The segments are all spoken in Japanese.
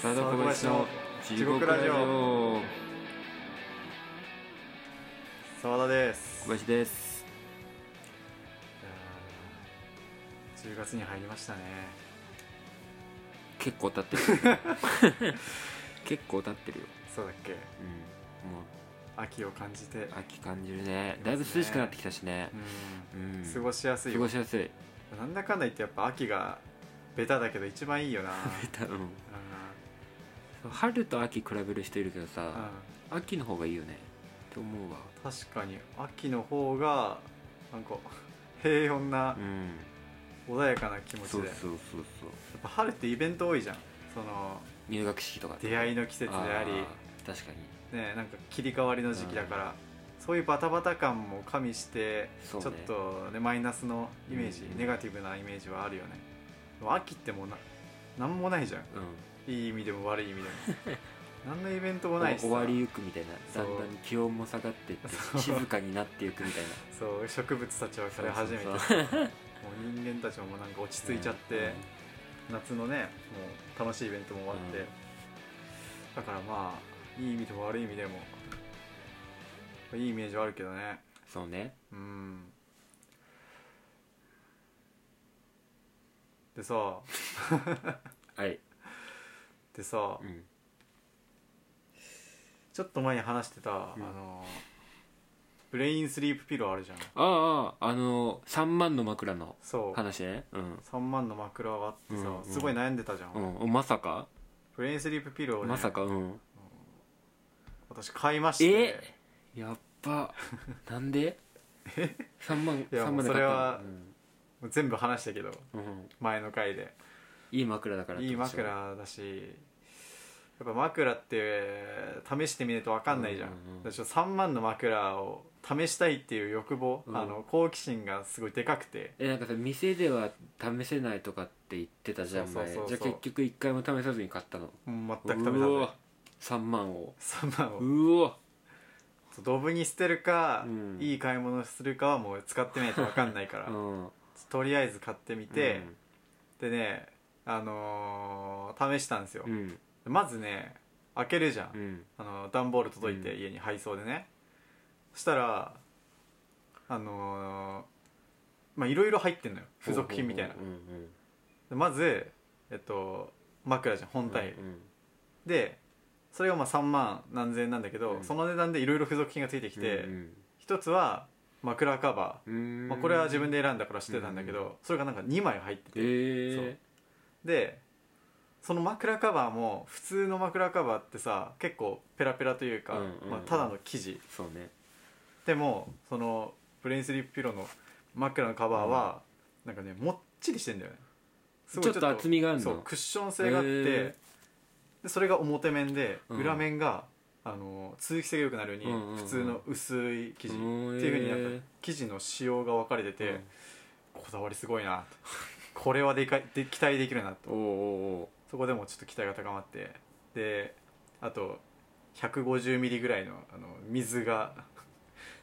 サード小林の地獄ラジオ澤田です小林ですいやー10月に入りましたね結構経ってる 結構経ってるよ、そうだっけうん、もう秋を感じて秋感じるねだいぶ涼しくなってきたしねううんん過ごしやすい過よごしやす いなんだかんだ言ってやっぱ秋がベタだけど一番いいよな多分う春と秋比べる人いるけどんうんさ、秋の方がいいよねって思うわ確かに秋の方がなんか平穏なうん穏やかな気持ちそでうやっそうそうそうぱ春ってイベント多いじゃんその入学式とか出会いの季節でありー確かにねなんか切り替わりの時期だから、そういうバタバタ感も加味して、ちそょうっねと、ね、マイナスのイメージ、うんネガティブなイメージはあるよねでも秋ってもうな何もないじゃんうんいい意味でも悪い 意味でも何のイベントもないしさ終わりゆくみたいなそだうんだん気温も下がって ってそう静かになっていくみたいなそう植物たちはそれ初めてそうもう人間たちももうなんか落ち着いちゃって、夏のねもう楽しいイベントも終わって、うんだからまあいい意味でも悪い意味でもいいイメージはあるけどねそうねうんでさはいでさうんちょっと前に話してた、あのブレインスリープピローあるじゃんあああの3万の枕のそう話ねうん、 3万の枕があってさ、うんうんすごい悩んでたじゃん、うん、まさかブレインスリープピローをねまさかうん私買いましてえやっぱなんで3万い3や万もうそれはうんもう全部話したけどうん前の回でいい枕だからっていいことでしょ枕だしやっぱ枕って試してみないと分かんないじゃん,、うんうんうんだからちょっと3万の枕を試したいっていう欲望、うんあの好奇心がすごいでかくてえなんかさ店では試せないとかって言ってたじゃん前そうじそゃうあそうそう結局1回も試さずに買ったのもうう全く食べたくないわ3万を3万をうわそうドブに捨てるか、うんいい買い物するかはもう使ってみないと分かんないから、うんとりあえず買ってみて、でねあのー試したんですよう、んまずね開けるじゃん、うんあの段ボール届いてうん家に配送でね、そしたらあのーまあいろいろ入ってんのよ付属品みたいなうんうんでまずえっと枕じゃんうん本う体、んでそれがまあ3万何千円なんだけど、うんその値段でいろいろ付属品がついてきて、うん一つは枕カバうんうんー、まあ、これは自分で選んだから知ってたんだけど、それがなんか2枚入ってて、えでその枕カバーも普通の枕カバーってさ結構ペラペラというか、うんうんうんまあ、ただの生地ーそうねでもそのブレインスリープピローの枕のカバーは、なんかねもっちりしてんだよねすごいちょっと厚みがあるのそうクッション性があって、へーでそれが表面でうん裏面が、あの通気性が良くなるように、うんうんうん普通の薄い生地、うっんていうふうになへんーか生地の仕様が分かれてて、うんこだわりすごいなとこれはでかいで期待できるなとおうおうおうそこでもちょっと期待が高まってであと150ミリぐらいのあの水が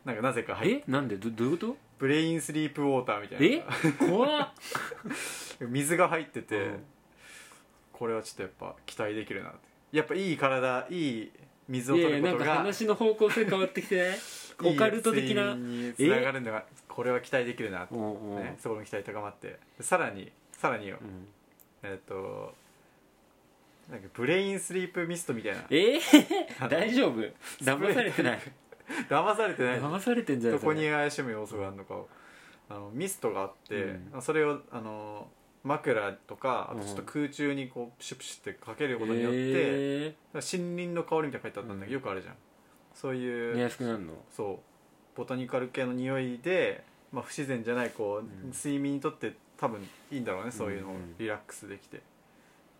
なんかなぜか入っえなんでどどういうこブレインスリープウォーターみたといえな 怖っ水が入ってて、うんこれはちょっとやっぱ期待できるなってやっぱいい体いい水をい取やるいやなんことかが話の方向性変わってきてねオカルト的いいな睡眠につながるのがこれは期待できるなって、おうおうね、そこの期待高まってでさらにさらによ、うんえっ、となんかブレインスリープミストみたいなえーあの 大丈夫騙され てない騙されてない騙されてんじゃなどいこそにれ怪しむ要素があるのかをあのミストがあって、うそれをあの枕とかあうんとちょっと空中にこうシュプシュってかけることによって、え森林の香りみたいなの書いてあったんだけど、うんよくあるじゃんそういーう、寝やすくなるのそうボタニカル系の匂いで、まあ、不自然じゃないこう、うん睡眠にとって多分いいんだろうねそういうのをうんうんリラックスできて、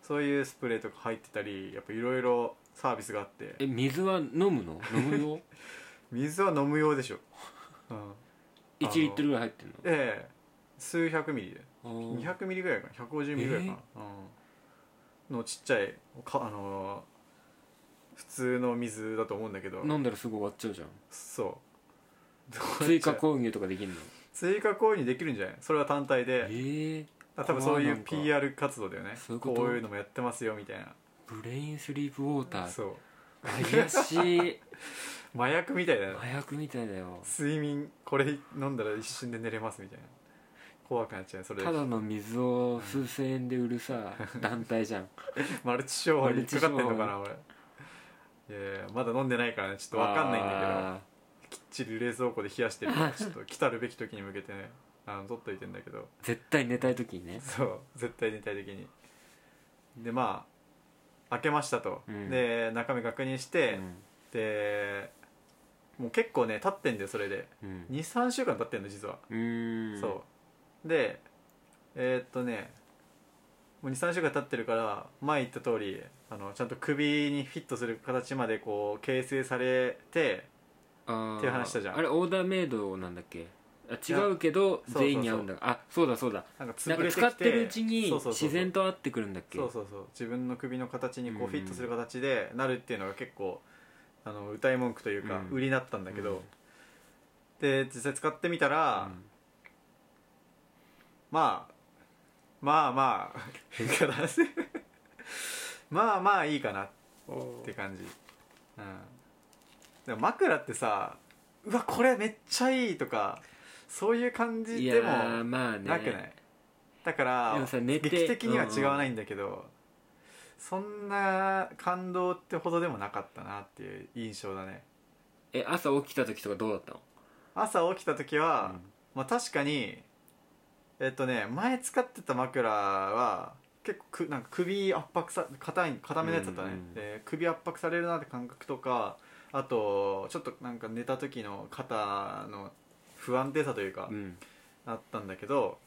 そういうスプレーとか入ってたりやっぱいろいろサービスがあってえ水は飲むの飲む よ水は飲む用でしょ、うん、 1リットルぐらい入ってんのええ数百ミリでおー200ミリぐらいかな150ミリぐらいかな、うん、のちっちゃいかあのー普通の水だと思うんだけど飲んだらすぐ終わっちゃうじゃんそう追加購入とかできるの追加購入できるんじゃないそれは単体でええ多分そういなうんか PR 活動だよねそういうことういうのもやってますよみたいなブレインスリープウォーターそう怪しい麻薬みたいな麻薬みたいだよ睡眠これ飲んだら一瞬で寝れますみたいな怖くなっちゃうそれただの水を数千円で売る さ団体じゃんマルチ商法に引っかかってんのかな俺いやいやまだ飲んでないからねちょっと分かんないんだけどきっちり冷蔵庫で冷やしてるからちょっと来たるべき時に向けてねあの取っといてんだ けど絶対寝たい時にねそう絶対全体的にでまあ開けましたと、うんで中身確認しうて、ん、でもう結構ね経ってんだよそれでうん23週間経ってんの実は、うーんそうでえーっとねもう23週間経ってるから前言った通りあのちゃんと首にフィットする形までこう形成されてあーっていう話したじゃんあれオーダーメイドなんだっけあ違うけどいや全員に合うんだあそうだそうだなんかなん潰かれてきて使ってるうちにそうそうそうそう自然と合ってくるんだっけそうそうそう自分の首の形にこううんフィットする形でなるっていうのが結構あの歌い文句というかうん売りだったんだけど、うんで実際使ってみたら、うんまあまあまあ 言い方だねまあまあいいかなって感じ、うん、でも枕ってさうわこれめっちゃいいとかそういう感じいやでもーまあねなくない、だからでもさ寝て劇的には違わないんだけど、そんな感動ってほどでもなかったなっていう印象だねえ朝起きた時とかどうだったの朝起きた時は、うんまあ確かにえっとね前使ってた枕は結構くなんか首圧迫さ硬い硬めのやつだったね、うんうんで首圧迫されるなって感覚とかあとちょっとなんか寝た時の肩の不安定さというか、うんあったんだけど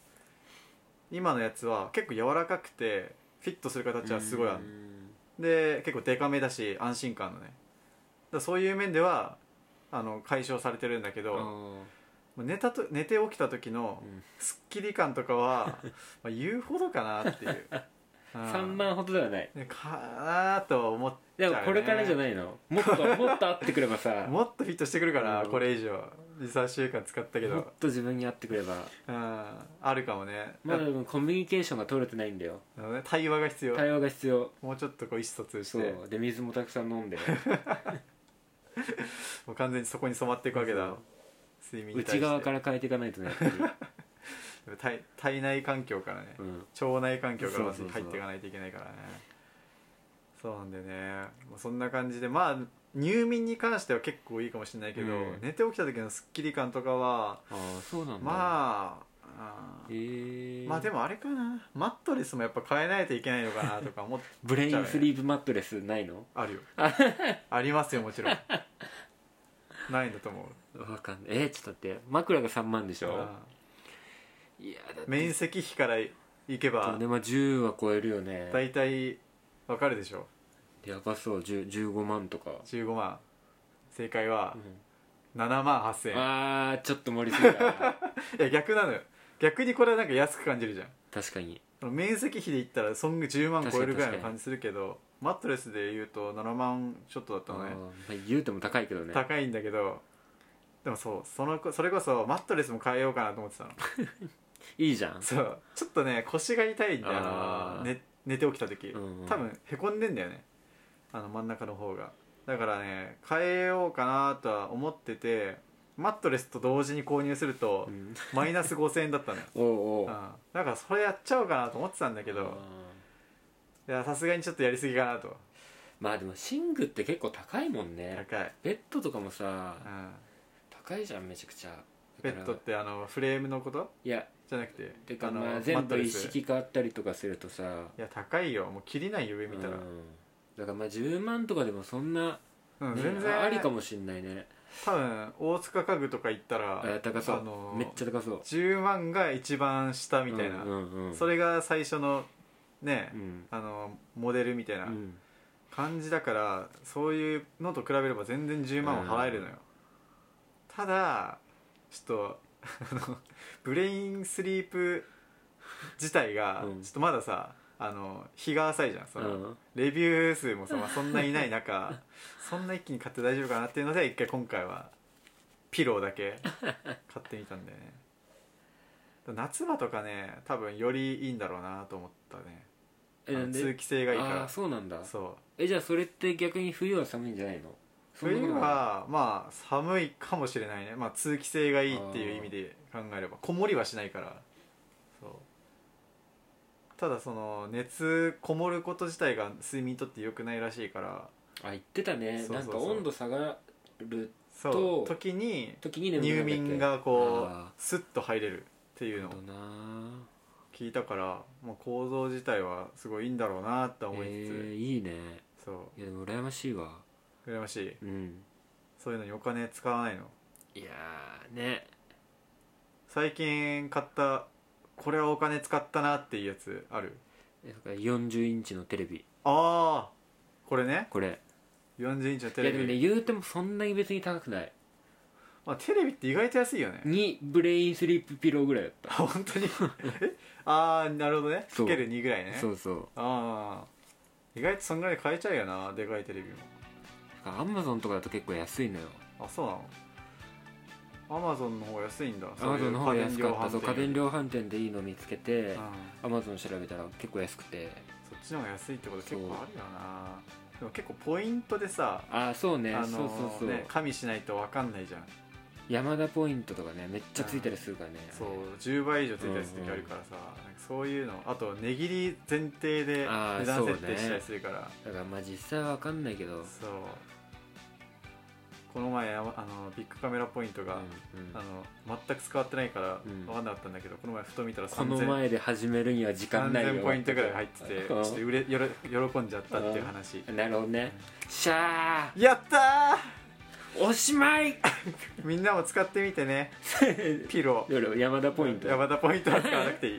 今のやつは結構柔らかくてフィットする形はすごいある、で結構デカめだし安心感のねだからそういう面ではあの解消されてるんだけあどー寝たと寝て起きた時のうんスッキリ感と かは、まあ、言うほどかなっていう、うん3万ほどではないねかなーとは思っちでゃう、もね、これからじゃないのもっと もっと合ってくればさももっとフィットしてくるから、うんこれ以上23週間使ったけっど、と自分に合ってくればうん、あるかもね,、まだでもコミュニケーションが取れてないんだよあのね対話が必要対話が必要もうちょっとこう意思疎通してそもうで水もたくさん飲ん でう完全にそこに染まっていくわけだ睡眠に対して内側から変えていかないとねやっ ぱり体体内環境からね、うん腸内環境からまずそうそうそう入っていかないといけないからねそうなんだよねまあそんな感じでまあ入眠に関しては結構いいかもしれないけど、うん寝て起きた時のスッキリ感とかはああそうなんだまあ、うんえー、まあでもあれかなマットレスもやっぱ変えないといけないのかなとか思っブレインスリープマットレスないのある よありますよもちろんないんだと思うわかんないえー、ちょっと待って枕が3万でしょうんいやだって面積比からいけばでも10は超えるよね大体わかるでしょやばそう10 15万とか、 15万正解はう7万8000ん、円あーちょっと盛りすぎた ないや逆なのよ逆にこれはなんか安く感じるじゃん確かにその面積比で言ったらそんぐ10万超えるぐら確いのかに感じするけどマットレスで言うと7万ちょっとだったあー、のねまあ、言うても高いけどね高いんだけどでもそうそのそれこそマットレスも変えようかなと思ってたのいいじゃんそうちょっとね腰が痛いんだよあなー寝寝て起きた時、うんうん多分へこんでんだよねあの真ん中の方がだからね変えようかなとは思っててマットレスと同時に購入すると、うんマイナス5000円だったのよ、おうおう、うんだからそれやっちゃおうかなと思ってたんだけあーどいやさすがにちょっとやりすぎかなとまあでも寝具って結構高いもんね高い、ベッドとかもさうん、高いじゃんめちゃくちゃベだからッドってあのフレームのこといやじゃなくててかのまあマ全ット部レ一ス式変わったりとかするとさいや高いよもう切りないよ上見たらう、んだからまあ10万とかでもそんな、うんね全然ありかもしんないね多分大塚家具とか行ったらあ高そう、あのめっちゃ高そう10万が一番下みたいな、うんうんうん、それれが最初のね、うん、、あのモデルみたいうなん感じだから、そういうのと比べれば全然10万は払えるのよ、ただちょっとあの ブレインスリープ自体がうんちょっとまださ、あの日が浅いじゃんその、うんレビュー数もさ、まあ、そんないない中そんな一気に買って大丈夫かなっていうので一回今回はピローだけ買ってみたんだよね夏場とかね多分よりいいんだろうなと思ったねあえなのんで通気性がいいああかそうなんだらそうえじゃあそれって逆に冬は寒いんじゃないのそんなこ冬とないはまあ寒いかもしれないね、まあ、通気性がいいっていう意味で考えればこもりはしないからそうただその熱こもること自体が睡眠にとって良くないらしいからあ言ってたねそうそうそなうんか温度下がるそとう時に時に眠入くなるん眠だっがこあうスッと入れるっていけうのをなるほどな聞いたから、まあ、構造自体はすごいいいんだろうなって思いつつ、えー、いいねそいやでも羨ましいわう羨ましいうんそういうのにお金使わないのいやーね最近買ったこれはお金使ったなっていうやつあるえだから40インチのテレビああこれねこれ40インチのいテやレでビもね言うてもそんなに別に高くないまあ、テレビって意外と安いよね にブレインスリープピローぐらいだったあ本当にえああなるほどねそかうける2ぐらいねそうそうああ意外とそんぐらい買えちゃうよなでかいテレビもアマゾンとかだと結構安いのよあそうなのアマゾンの方が安いんだアマゾンの方が安かったそそううい家う家電電量販店量販店よりでいいの見つけてうんアマゾン調べたら結構安くてそっちの方が安いってこと結構あるよなでも結構ポイントでさ、ああそうね、あのそうそうそう、ね加味しないと分かんないじゃん山田ポイントとかねめっちゃついたりするからねそう10倍以上ついたりする時あるからさ、なんかそういうのあと値切り前提であー値段そうね設定したりするからだからまあ実際は分かんないけど、うんそう,、この前あのビッグカメラポイントが、うんあの全く使わってないからうん分かんなかったんだけど、この前ふと見たらこの3000前で始めるには時間ない3000ポイントぐらい入っててちょっとううれよろ喜んじゃったっていう話んなるほどねしゃやったーおしまい ーみんなも使ってみてねピロ夜山田ポイント山田ポイントは使わなくていい